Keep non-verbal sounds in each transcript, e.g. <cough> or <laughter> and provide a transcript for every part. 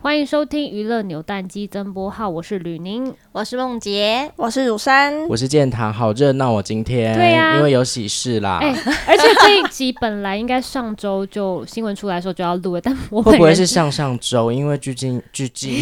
欢迎收听娱乐扭蛋机增播号，我是吕宁。我是梦洁，我是乳山，我是建堂，好热闹！我今天对啊因为有喜事啦，哎、而且这一集本来应该上周就新闻出来的时候就要录了，但我本会人不会是上上周？因为巨俊巨 <laughs> 俊，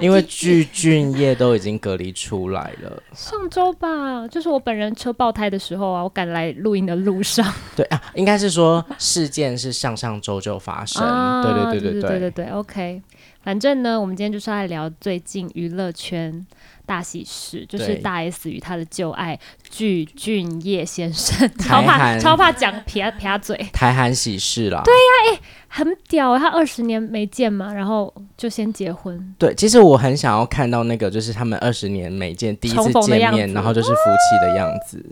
因为巨俊业都已经隔离出来了。上周吧？就是我本人车爆胎的时候啊，我赶来录音的路上。对啊，应该是说事件是上上周就发生。啊，对对对对对对对，OK。反正呢，我们今天就是要来聊最近娱乐圈大喜事，就是对大 S 与她的旧爱具俊晔先生，超台怕韩超怕讲撇撇嘴，台韩喜事啦。对很屌、欸，他二十年没见嘛，然后就先结婚，对，其实我很想要看到那个，就是他们二十年没见，第一重次逢的见样面子，然后就是夫妻的样子。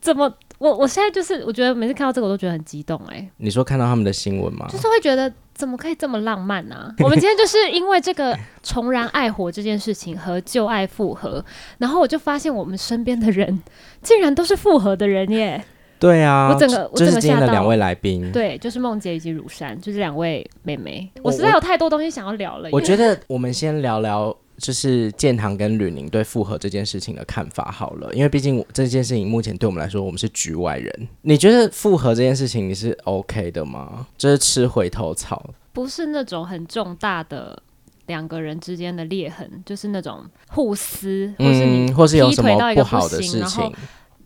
怎么？我我现在就是，我觉得每次看到这个我都觉得很激动、欸，哎，你说看到他们的新闻吗就？是会觉得怎么可以这么浪漫 <laughs> 啊？我们今天就是因为这个重燃爱火这件事情和旧爱复合，然后我就发现我们身边的人竟然都是复合的人耶。对啊，我整个我这整是个今天吓的到两位来宾。对，就是梦洁以及乳山，就是两位妹妹。我嗯我实在有太多东西想要聊了耶。我觉得我们先聊聊，就是建堂跟吕宁对复合这件事情的看法好了，因为毕竟我这件事情目前对我们来说，我们是局外人。你觉得复合这件事情你是 OK 的吗？就是吃回头草，不是那种很重大的两个人之间的裂痕，就是那种互撕，或是你嗯，或是有劈什腿到么一个不好的行事然后情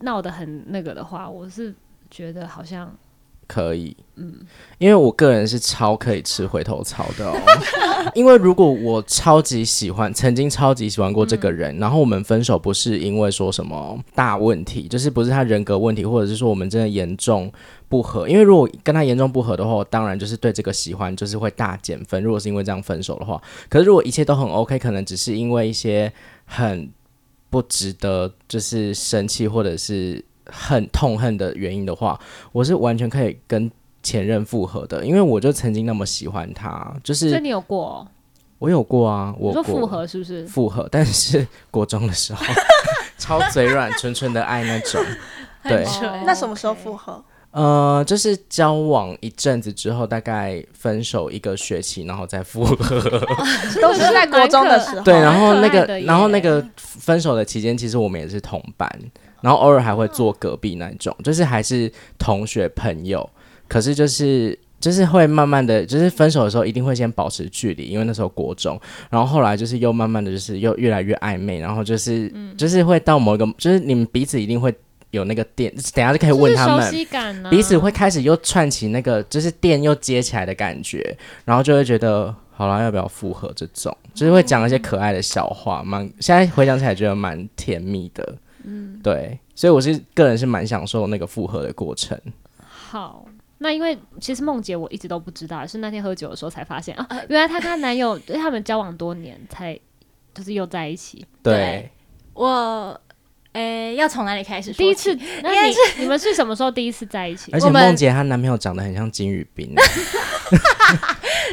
闹得很那个的话，我是觉得好像可以？嗯因为我个人是超可以吃回头草的哦，因为如果我超级喜欢，曾经超级喜欢过这个人，然后我们分手不是因为说什么大问题，就是不是他人格问题，或者是说我们真的严重不合。因为如果跟他严重不合的话，我当然就是对这个喜欢就是会大减分。如果是因为这样分手的话，可是如果一切都很 OK，可能只是因为一些很不值得就是生气或者是恨痛恨的原因的话，我是完全可以跟。前任复合的，因为我就曾经那么喜欢他，就所是以你有过哦、我有过啊，你我说过复合是不是？复合， <laughs> 但是国中 <laughs> 的时候超嘴软，纯纯的爱那种。对，哦哎那什么时候复合？呃，就是交往一阵子之后，大概分手一个学期，然后再复合。哎都是在国中的时候。对，然后那蛮可爱个的，耶然后那个分手的期间，其实我们也是同班，然后偶尔还会坐隔壁那种，就是还是同学朋友。可是就是就是会慢慢的，就是分手的时候一定会先保持距离，因为那时候国中，然后后来就是又慢慢的就是又越来越暧昧，然后就是、嗯就是会到某一个，就是你们彼此一定会有那个电，等一下就可以就问是他熟们，悉感呢、啊彼此会开始又串起那个就是电又接起来的感觉，然后就会觉得好了，要不要复合？这种就是会讲一些可爱的小话，蛮现在回想起来觉得蛮甜蜜的。嗯，对，所以我是个人是蛮享受那个复合的过程。好。那因为其实梦姐我一直都不知道，是那天喝酒的时候才发现啊，呃原来她跟她男友，因为他们交往多年才就是又在一 <laughs> 起。对，我，诶、要从哪里开始说起？第一次，那你你们是什么时候第一次在一起而？且我们梦姐她男朋友长得很像金宇彬，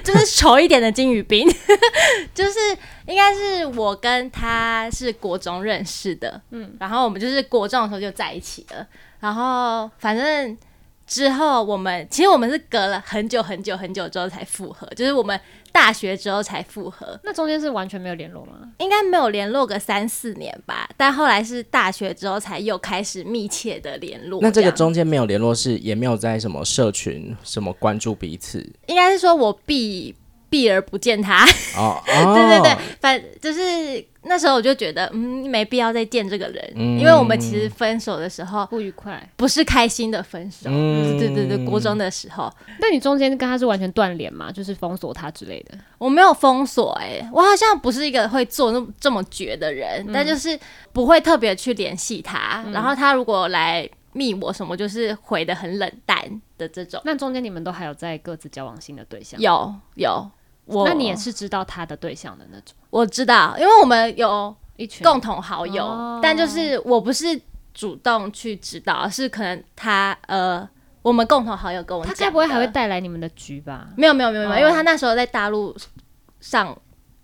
就是丑一点的金宇彬， <laughs> 就是应该是我跟他是国中认识的，嗯，然后我们就是国中的时候就在一起了，然后反正之后我们其实我们是隔了很久很久很久之后才复合，就是我们大学之后才复合，那中间是完全没有联络吗？应该没有联络个三四年吧，但后来是大学之后才又开始密切的联络。那这个样中间没有联络是也没有在什么社群什么关注彼此应该是说我避避而不见他，哦哦， <laughs> 对对对，反就是那时候我就觉得，嗯，没必要再见这个人，嗯因为我们其实分手的时候不愉快。不是开心的分手，嗯对对对，国中的时候那你中间跟他是完全断联嘛？就是封锁他之类的。我没有封锁，哎，我好像不是一个会做那这么绝的人，嗯但就是不会特别去联系他，然后他如果来密我什么，就是回的很冷淡的这种，那中间你们都还有在各自交往新的对象？有有。我那你也是知道他的对象的那种我知道，因为我们有一群共同好友，哦但就是我不是主动去知道，是可能他呃，我们共同好友跟我他讲，该不会还会？带来你们的局吧？没有没有没有没有，哦因为他那时候在大陆上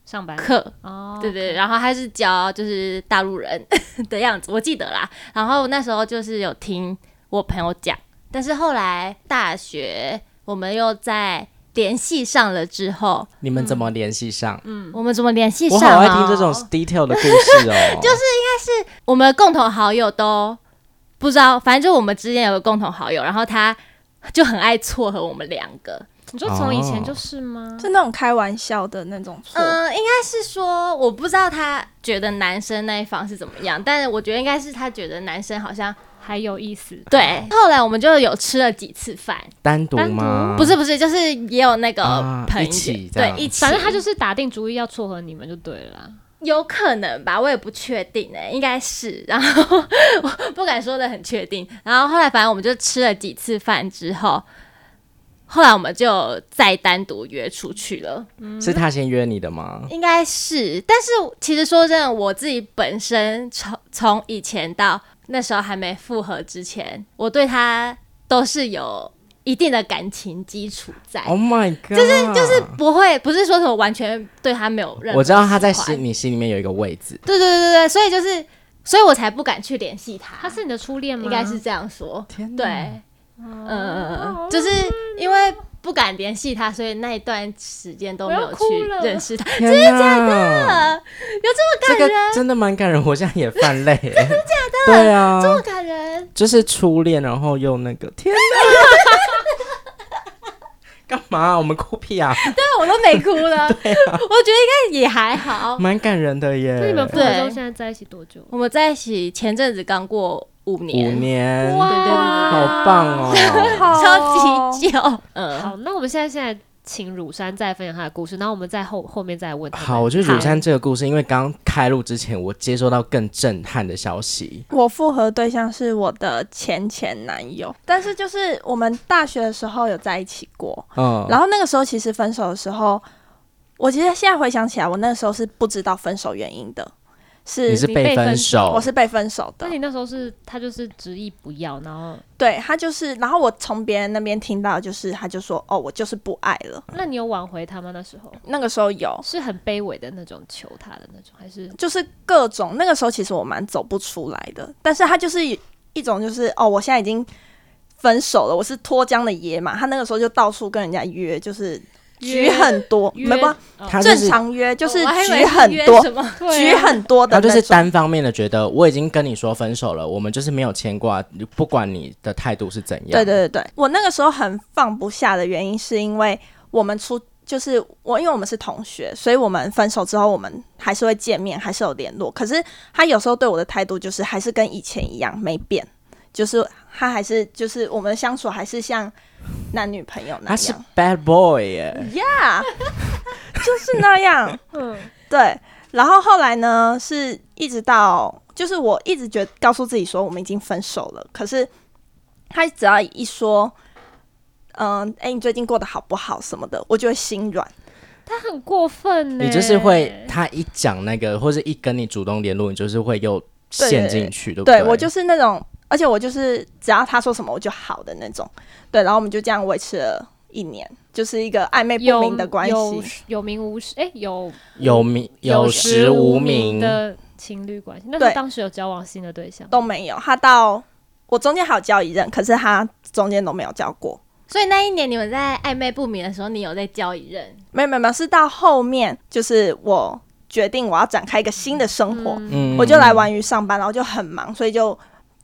上班课，哦，对对，然后他是教就是大陆人的样子，我记得啦。然后那时候就是有听我朋友讲，但是后来大学我们又在联系上了之后，你们怎么联系上？嗯我们怎么联系我上、啊好爱听这种 detail 的故事哦。就是我们共同好友都不知道，反正就我们之间有个共同好友，然后他就很爱撮合我们两个。你说从以前就是吗？哦就那种开玩笑的那种错，嗯、应该是说我不知道他觉得男生那一方是怎么样，但是我觉得应该是他觉得男生好像还有意思，对。后来我们就有吃了几次饭，单独吗？不是不是，就是也有那个嗯啊朋友、一起这对样一起，反正他就是打定主意要撮合你们就对了啦。有可能吧，我也不确定哎、应该是。 <laughs> 然后我不敢说的很确定。然后后来反正我们就吃了几次饭之后，后来我们就再单独约出去了，是他先约你的吗？应该是。但是其实说真的，我自己本身从从以前到那时候还没复合之前，我对他都是有一定的感情基础在。 Oh my god！就是就是，不会，不是说什么完全对他没有任何。我知道他在喜欢心你心里面有一个位置。对对对对，所以就是，所以我才不敢去联系他。他是你的初恋吗？应该是这样说，天对，嗯嗯嗯，就是因为不敢联系他，所以那一段时间都没有我要去哭了认识 <laughs> 他。真的假的？这么这感个人，真的蛮感人，我现在也泛泪。 <laughs> 真的假的？对啊，这么感人，就是初恋，然后又那个， <laughs> 天哪！干嘛？我们哭屁啊，但我都没哭 <laughs> 了。我觉得应该也还好。蛮感人的耶。那你们复合之后对现在在一起多久？我们在一起前阵子刚过五五年，年，对对对对好棒 <laughs> 哦！超级久，嗯，好，那我们现在现在请乳山再分享他的故事，然后我们在后后面再问他们。好，我觉得乳山这个故事，因为刚开录之前，我接收到更震撼的消息。我复合对象是我的前前男友，但是就是我们大学的时候有在一起过，嗯，然后那个时候其实分手的时候，我其实现在回想起来，我那个时候是不知道分手原因的，你是是哦被分手我，是被分手的那。你那时候是他就是执意不要，然后对他就是，然后我从别人那边听到，就是他就说哦，我就是不爱了。那你有挽回他吗？那时候那个时候有，是很卑微的那种求他的那种，还是 <laughs> 就是各种那个时候其实我蛮走不出来的，但是他就是一种就是哦，我现在已经分手了，我是脱缰的野马。他那个时候就到处跟人家约，就是约局很多，没不他就正是常约，就是哦我还以为局很约啊多什，么？局很多的他那种，就是单方面的觉得我已经跟你说分手了，我们就是没有牵挂，不管你的态度是怎样。对对对对，我那个时候很放不下的原因，是因为我们出就是我，因为我们是同学，所以我们分手之后，我们还是会见面，还是有联络。可是他有时候对我的态度就是还是跟以前一样没变，就是他还是就是我们相处还是像男女朋友那他是样 bad boy 耶， ，Yeah，就是 <laughs> 那样。嗯，对，然后后来呢，是一直到就是我一直觉得告诉自己说我们已经分手了，可是他只要一说，嗯、哎、你最近过得好不好什么的，我就会心软。他很过分呢、你就是会他一讲那个，或者一跟你主动联络，你就是会又陷进去，对不对对我就是那种，而且我就是只要他说什么我就好的那种。对，然后我们就这样维持了一年，就是一个暧昧哎不有明的关有系。有名无实，哎、有有名有实实无名名，的情侣关系。那对是当时有交往新的对象，都没有，他到我中间还有交一任，可是他中间都没有交过。所以那一年你们在暧昧不明的时候，你有在交一任，没有没有没有，是到后面就是我决定我要展开一个新的生活，嗯我就来玩鱼上班，然后就很忙，所以就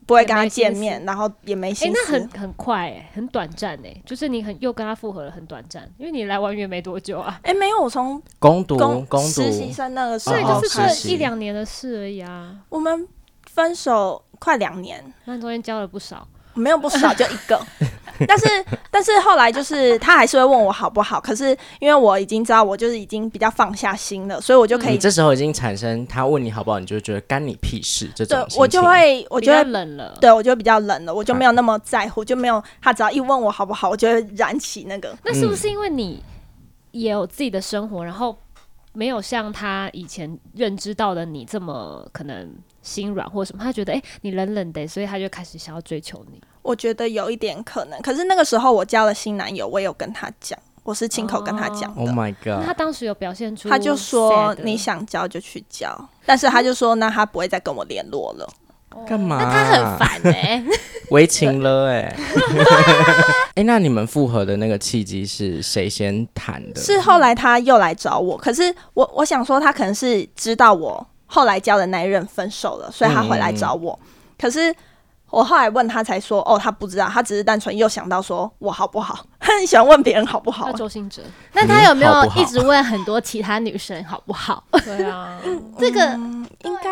不会跟他见也没面，然后也没哎、心那思。很很快哎、很短暂哎、就是你很又跟他复合了，很短暂，因为你来玩月没多久 <laughs> 啊，哎、没有，我从攻读公攻实习读，生那个时所以候啊就是哦实这习一两年的事而已啊。我们分手快两年，那你中间交了不少，没有不少，就一 <laughs> 个。但是但是后来就是他还是会问我好不好，可是因为我已经知道我就是已经比较放下心了，所以我就可以、你这时候已经产生他问你好不好，你就觉得干你屁事这种对心情，我就会我我就会冷了。对我就比较冷了，我就没有那么在乎，就没有他只要一问我好不好，我就会燃起那个。那是不是因为你也有自己的生活，然后没有像他以前认知到的你这么可能心软或什么？他觉得哎、诶你冷冷的，所以他就开始想要追求你。我觉得有一点可能，可是那个时候我交了新男友，我也有跟他讲，我是亲口跟他讲的。 ，Oh my 那他 god，当时有表现出 sad 的，他就说你想交就去交，但是他就说那他不会再跟我联络了。干嘛、那他很，烦哎、为情了哎、 <laughs> 欸。哎、那你们复合的那个契机是谁先谈的？是后来他又来找我，可是我我想说他可能是知道我后来交的那一任分手了，所以他回来找我。可是我后来问他才说，哦，他不知道，他只是单纯又想到说我好不好，他很喜欢问别人好不好那。周星 <laughs> 哲，那他有没好有不好一直问很多其他女生好不好？对 <laughs> 啊，这个嗯应该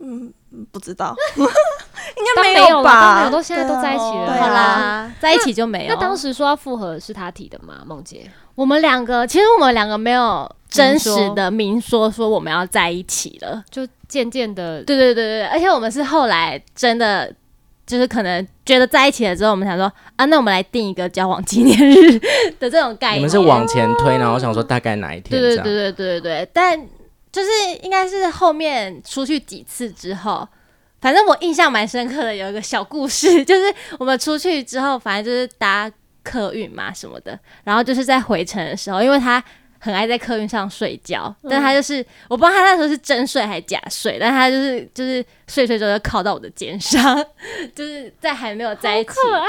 嗯不知道，当应该没啦当有没吧？有，都现在都在一起了。对啊好啦，在一起就啊没有。那当时说要复合是他提的吗？梦姐，我们两个，其实我们两个没有真实的明说说我们要在一起了。就渐渐的，对对对对，而且我们是后来真的。就是可能觉得在一起了之后，我们想说啊，那我们来定一个交往纪念日的这种概念。你们是往前推，然后想说大概哪一天对对这样？哦对对对对对，但就是应该是后面出去几次之后，反正我印象蛮深刻的有一个小故事，就是我们出去之后，反正就是搭客运嘛什么的，然后就是在回程的时候，因为他。很爱在客运上睡觉，嗯但他就是、我不知道他那时候是真睡还是假睡，但他就是就是睡睡着就靠到我的肩上， <laughs> 就是在还没有在一起，可哦爱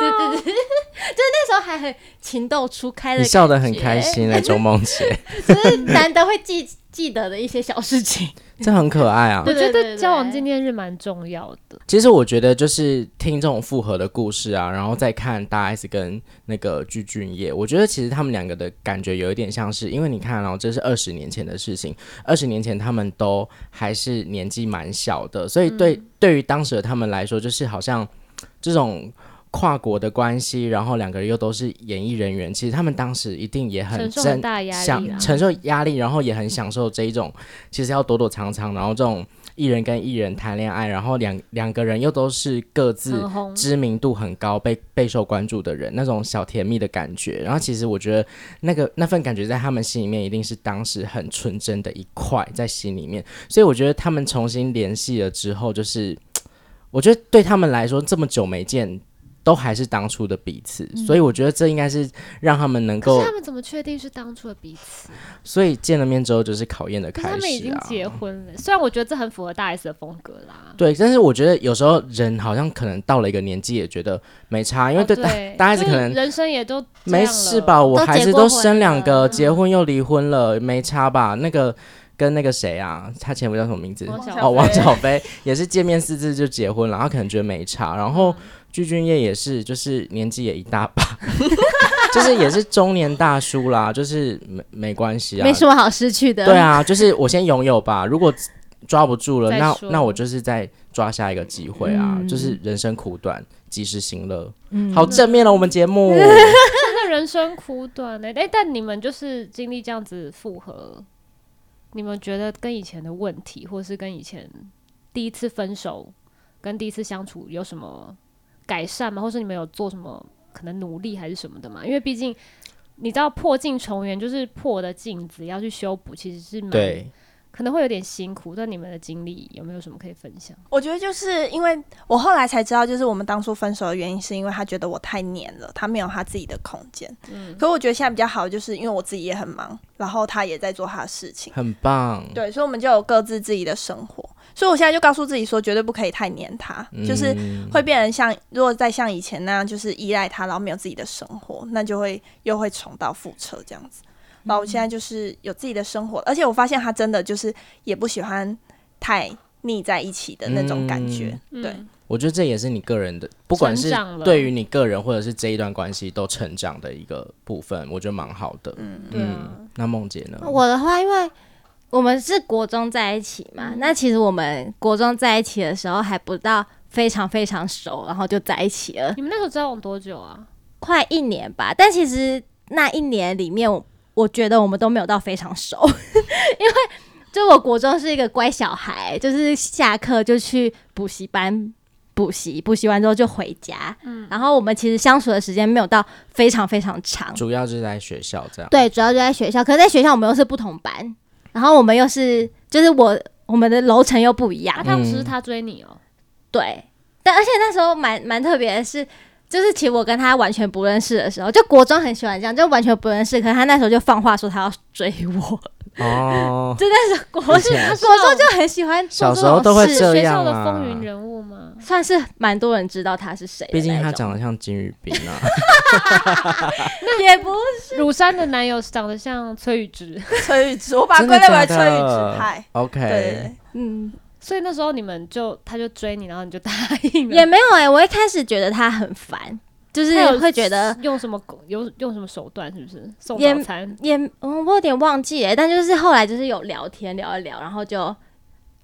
对对对，就是那时候还很情窦初开的，你笑得很开，心哎、周梦姐， <laughs> 就是难得会记记得的一些小事情。这很可爱啊我。觉对对对得交往对纪念日蛮重要的。其实我觉得就是听这种复合的故事啊，然后再看大 S 跟那个具俊晔，我觉得其实他们两个的感觉有一点像是，因为你看哦，这是二十年前的事情，二十年前他们都还是年纪蛮小的，所以对、嗯对于当时的他们来说，就是好像这种。跨国的关系，然后两个人又都是演艺人员，其实他们当时一定也很承受真很大压力啦啊享承受压力，然后也很享受这一种，其实要躲躲藏藏，然后这种艺人跟艺人谈恋爱，然后两两个人又都是各自很红知名度很高、被备受关注的人，那种小甜蜜的感觉。然后其实我觉得那个那份感觉在他们心里面一定是当时很纯真的一块在心里面，所以我觉得他们重新联系了之后，就是我觉得对他们来说这么久没见。都还是当初的彼此，嗯所以我觉得这应该是让他们能可够是他，们怎么确定是当初的彼此？所以见了面之后就是考验的可是开始啊。他们已经结婚了，虽然我觉得这很符合大 S 的风格啦。对，但是我觉得有时候人好像可能到了一个年纪也觉得没差，因为哦对大、对大 S 就可是能人生也都这没样事了吧，我都孩结子过都婚生两个，了结婚又离婚了，没差吧？那个跟那个谁啊，他前夫叫什么名字？王小哦，王飞小飞也是见面四次就结婚了，然后可能觉得没差，然后具俊晔也是，就是年纪也一大把， <laughs> 就是也是中年大叔啦，就是没没关系啊，没什么好失去的。对，啊，就是我先拥 <laughs> 有吧。如果抓不住了，再那说嗯那我就是再抓下一个机会啊。就是人生苦短，及时行乐。好正面了，我们 <laughs> 节目。真的人生苦短呢、欸。哎、但你们就是经历这样子复合，你们觉得跟以前的问题，或是跟以前第一次分手跟第一次相处有什么改善吗？或是你们有做什么可能努力还是什么的吗？因为毕竟你知道破镜重圆就是破的镜子要去修补，其实是蛮对，可能会有点辛苦。但你们的经历有没有什么可以分享？我觉得就是因为我后来才知道，就是我们当初分手的原因，是因为他觉得我太黏了，他没有他自己的空间。嗯，可我觉得现在比较好，就是因为我自己也很忙，然后他也在做他的事情。很棒。对，所以我们就有各自自己的生活。所以我现在就告诉自己说，绝对不可以太黏他，就是嗯会变成像，如果再像以前那样，就是依赖他，然后没有自己的生活，那就会又会重蹈覆辙这样子。然后我现在就是有自己的生活，而且我发现他真的就是也不喜欢太腻在一起的那种感觉。对，我觉得这也是你个人的，不管成是长了对于你个人或者是这一段关系都成长的一个部分，我觉得蛮好的。嗯对啊那梦姐呢？我的话，因为我们是国中在一起嘛，嗯那其实我们国中在一起的时候还不到非常非常熟，然后就在一起了，你们那时候交往多久啊？快一年吧。但其实那一年里面，我我觉得我们都没有到非常熟， <laughs> 因为。就我国中是一个乖小孩，就是下课就去补习班补习，补习完之后就回家。嗯然后我们其实相处的时间没有到非常非常长，主要就是在学校这样。对，主要就在学校。可是，在学校我们又是不同班，然后我们又是就是我我们的楼层又不一样啊，，当时嗯是他追你哦、对。但而且那时候蛮蛮特别的是，就是其实我跟他完全不认识的时候，就国中很喜欢这样，就完全不认识。可是他那时候就放话说他要追我， <laughs> 哦，真的是国以中，前国中就很喜欢做小这时候种都会事这学校样的啊风云人物吗？算是蛮多人知道他是谁的那毕一种。竟他长得像金宇彬 <laughs> 啊。也不是乳山的男友长得像崔宇植， <laughs> <laughs> 崔宇植，我把它嗯真归的类为假崔的宇植派。 OK，对对嗯，所以那时候你们就他就追你，然后你就答应了，也没有哎、我一开始觉得他很烦，就是他有会觉得用什么有用什么手段是不是送也早餐？也，嗯我有点忘记哎、但就是后来就是有聊天聊一聊，然后就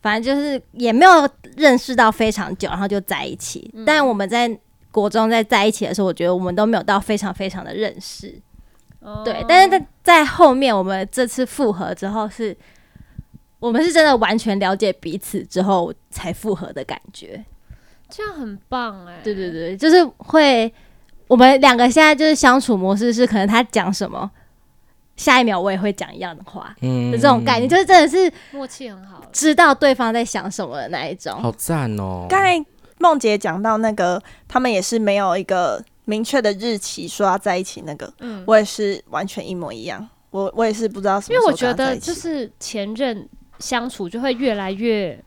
反正就是也没有认识到非常久，然后就在一起。但我们在国中在在一起的时候，我觉得我们都没有到非常非常的认识，哦对。但是在在后面我们这次复合之后是，我们是真的完全了解彼此之后才复合的感觉。这样很棒哎、对对对，就是会，我们两个现在就是相处模式是，可能他讲什么，下一秒我也会讲一样的话嗯的这种概念，就是真的是默契很好。知道对方在想什么的那一种。好赞哦！刚才梦姐讲到那个，他们也是没有一个明确的日期说要在一起，那个嗯，我也是完全一模一样。我我也是不知道什么因为时候我跟觉他在得一起，就是前任相处就会越来越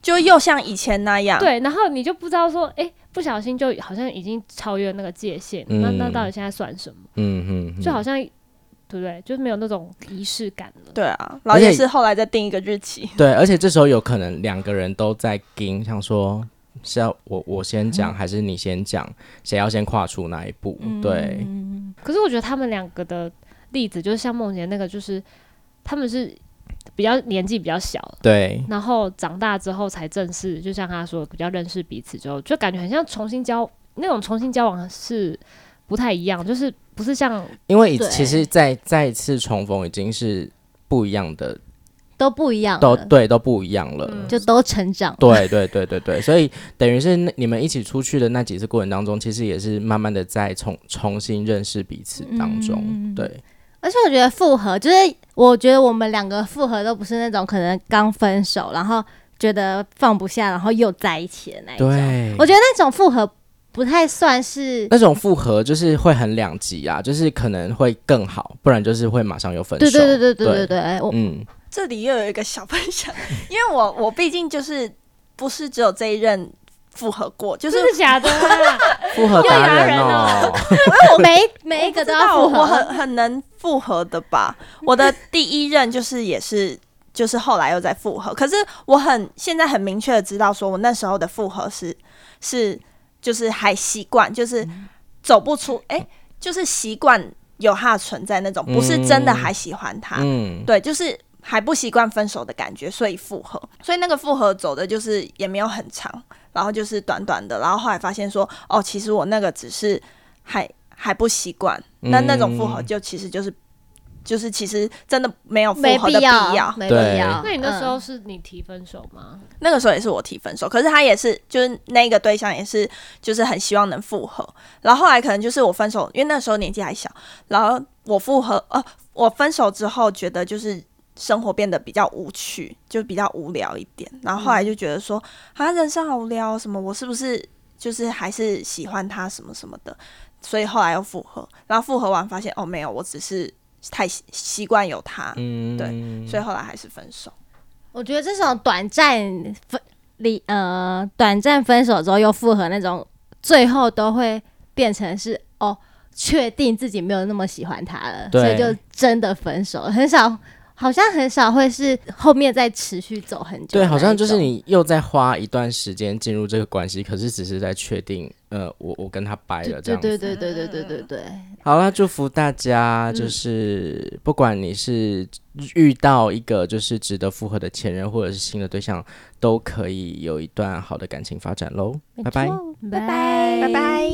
就又像以前那样，对，然后你就不知道说，哎、不小心就好像已经超越那个界限，嗯那那到底现在算什么？嗯嗯，就好像对不对？就没有那种仪式感了。对啊，然后而且也是后来再定一个日期，对，而且这时候有可能两个人都在盯，想说是要我我先讲、还是你先讲，谁要先跨出那一步？嗯对，可是我觉得他们两个的例子，就是像梦姐那个，就是他们是比较年纪比较小，对，然后长大之后才正式，就像他说，比较认识彼此之后，就感觉很像重新交那种重新交往是不太一样，就是不是像因为以对其实再再一次重逢已经是不一样的，都不一样都了，对都不一样了。就都成长。 <laughs> 对对对对对，所以等于是那你们一起出去的那几次过程当中，其实也是慢慢的在重重新认识彼此当中，对，而且我觉得复合，就是我觉得我们两个复合都不是那种可能刚分手，然后觉得放不下，然后又在一起的那一种。对，我觉得那种复合不太算是那种复合就是会很两极啊，就是可能会更好，不然就是会马上又分对手。对对对对对对，对，我嗯，这里又有一个小分享，因为我我毕竟就是不是只有这一任复合过，就是真的假的啊、复合达又拿哦，我每一每一个都要啊我复不知道我我合，很很能复合的吧。我的第一任就是也是就是后来又在复合，可是我很现在很明确的知道，说我那时候的复合是是就是还习惯，就是走不出，哎、就是习惯有他的存在那种，不是真的还喜欢他，嗯，对，就是还不习惯分手的感觉，所以复合，所以那个复合走的就是也没有很长，然后就是短短的，然后后来发现说，哦，其实我那个只是还还不习惯，那、那种复嗯合就其实就是就是其实真的没有复没合的必必要。要，没对必要。那你那时嗯候是你提分手吗？那个时候也是我提分手，可是他也是就是那个对象也是就是很希望能复合，然后后来可能就是我分手，因为那时候年纪还小，然后我复合呃我分手之后觉得就是。生活变得比较无趣，就比较无聊一点。然后后来就觉得说，嗯啊，人生好无聊哦，什么我是不是就是还是喜欢他什么什么的，所以后来又复合。然后复合完发现，哦，没有，我只是太习习惯有他，嗯所以后来还是分手。我觉得这种短暂分离，呃，短暂分手之后又复合那种，最后都会变成是哦，确定自己没有那么喜欢他了，对所以就真的分手了，很少。好像很少会是后面再持续走很久的那一种，对，好像就是你又在花一段时间进入这个关系，可是只是在确定，呃，我我跟他掰对了对这样对子。对对对对对对，好啦，祝福大家，嗯就是不管你是遇到一个就是值得复合的前任或者是新的对象，都可以有一段好的感情发展喽。拜拜。嗯拜拜拜拜。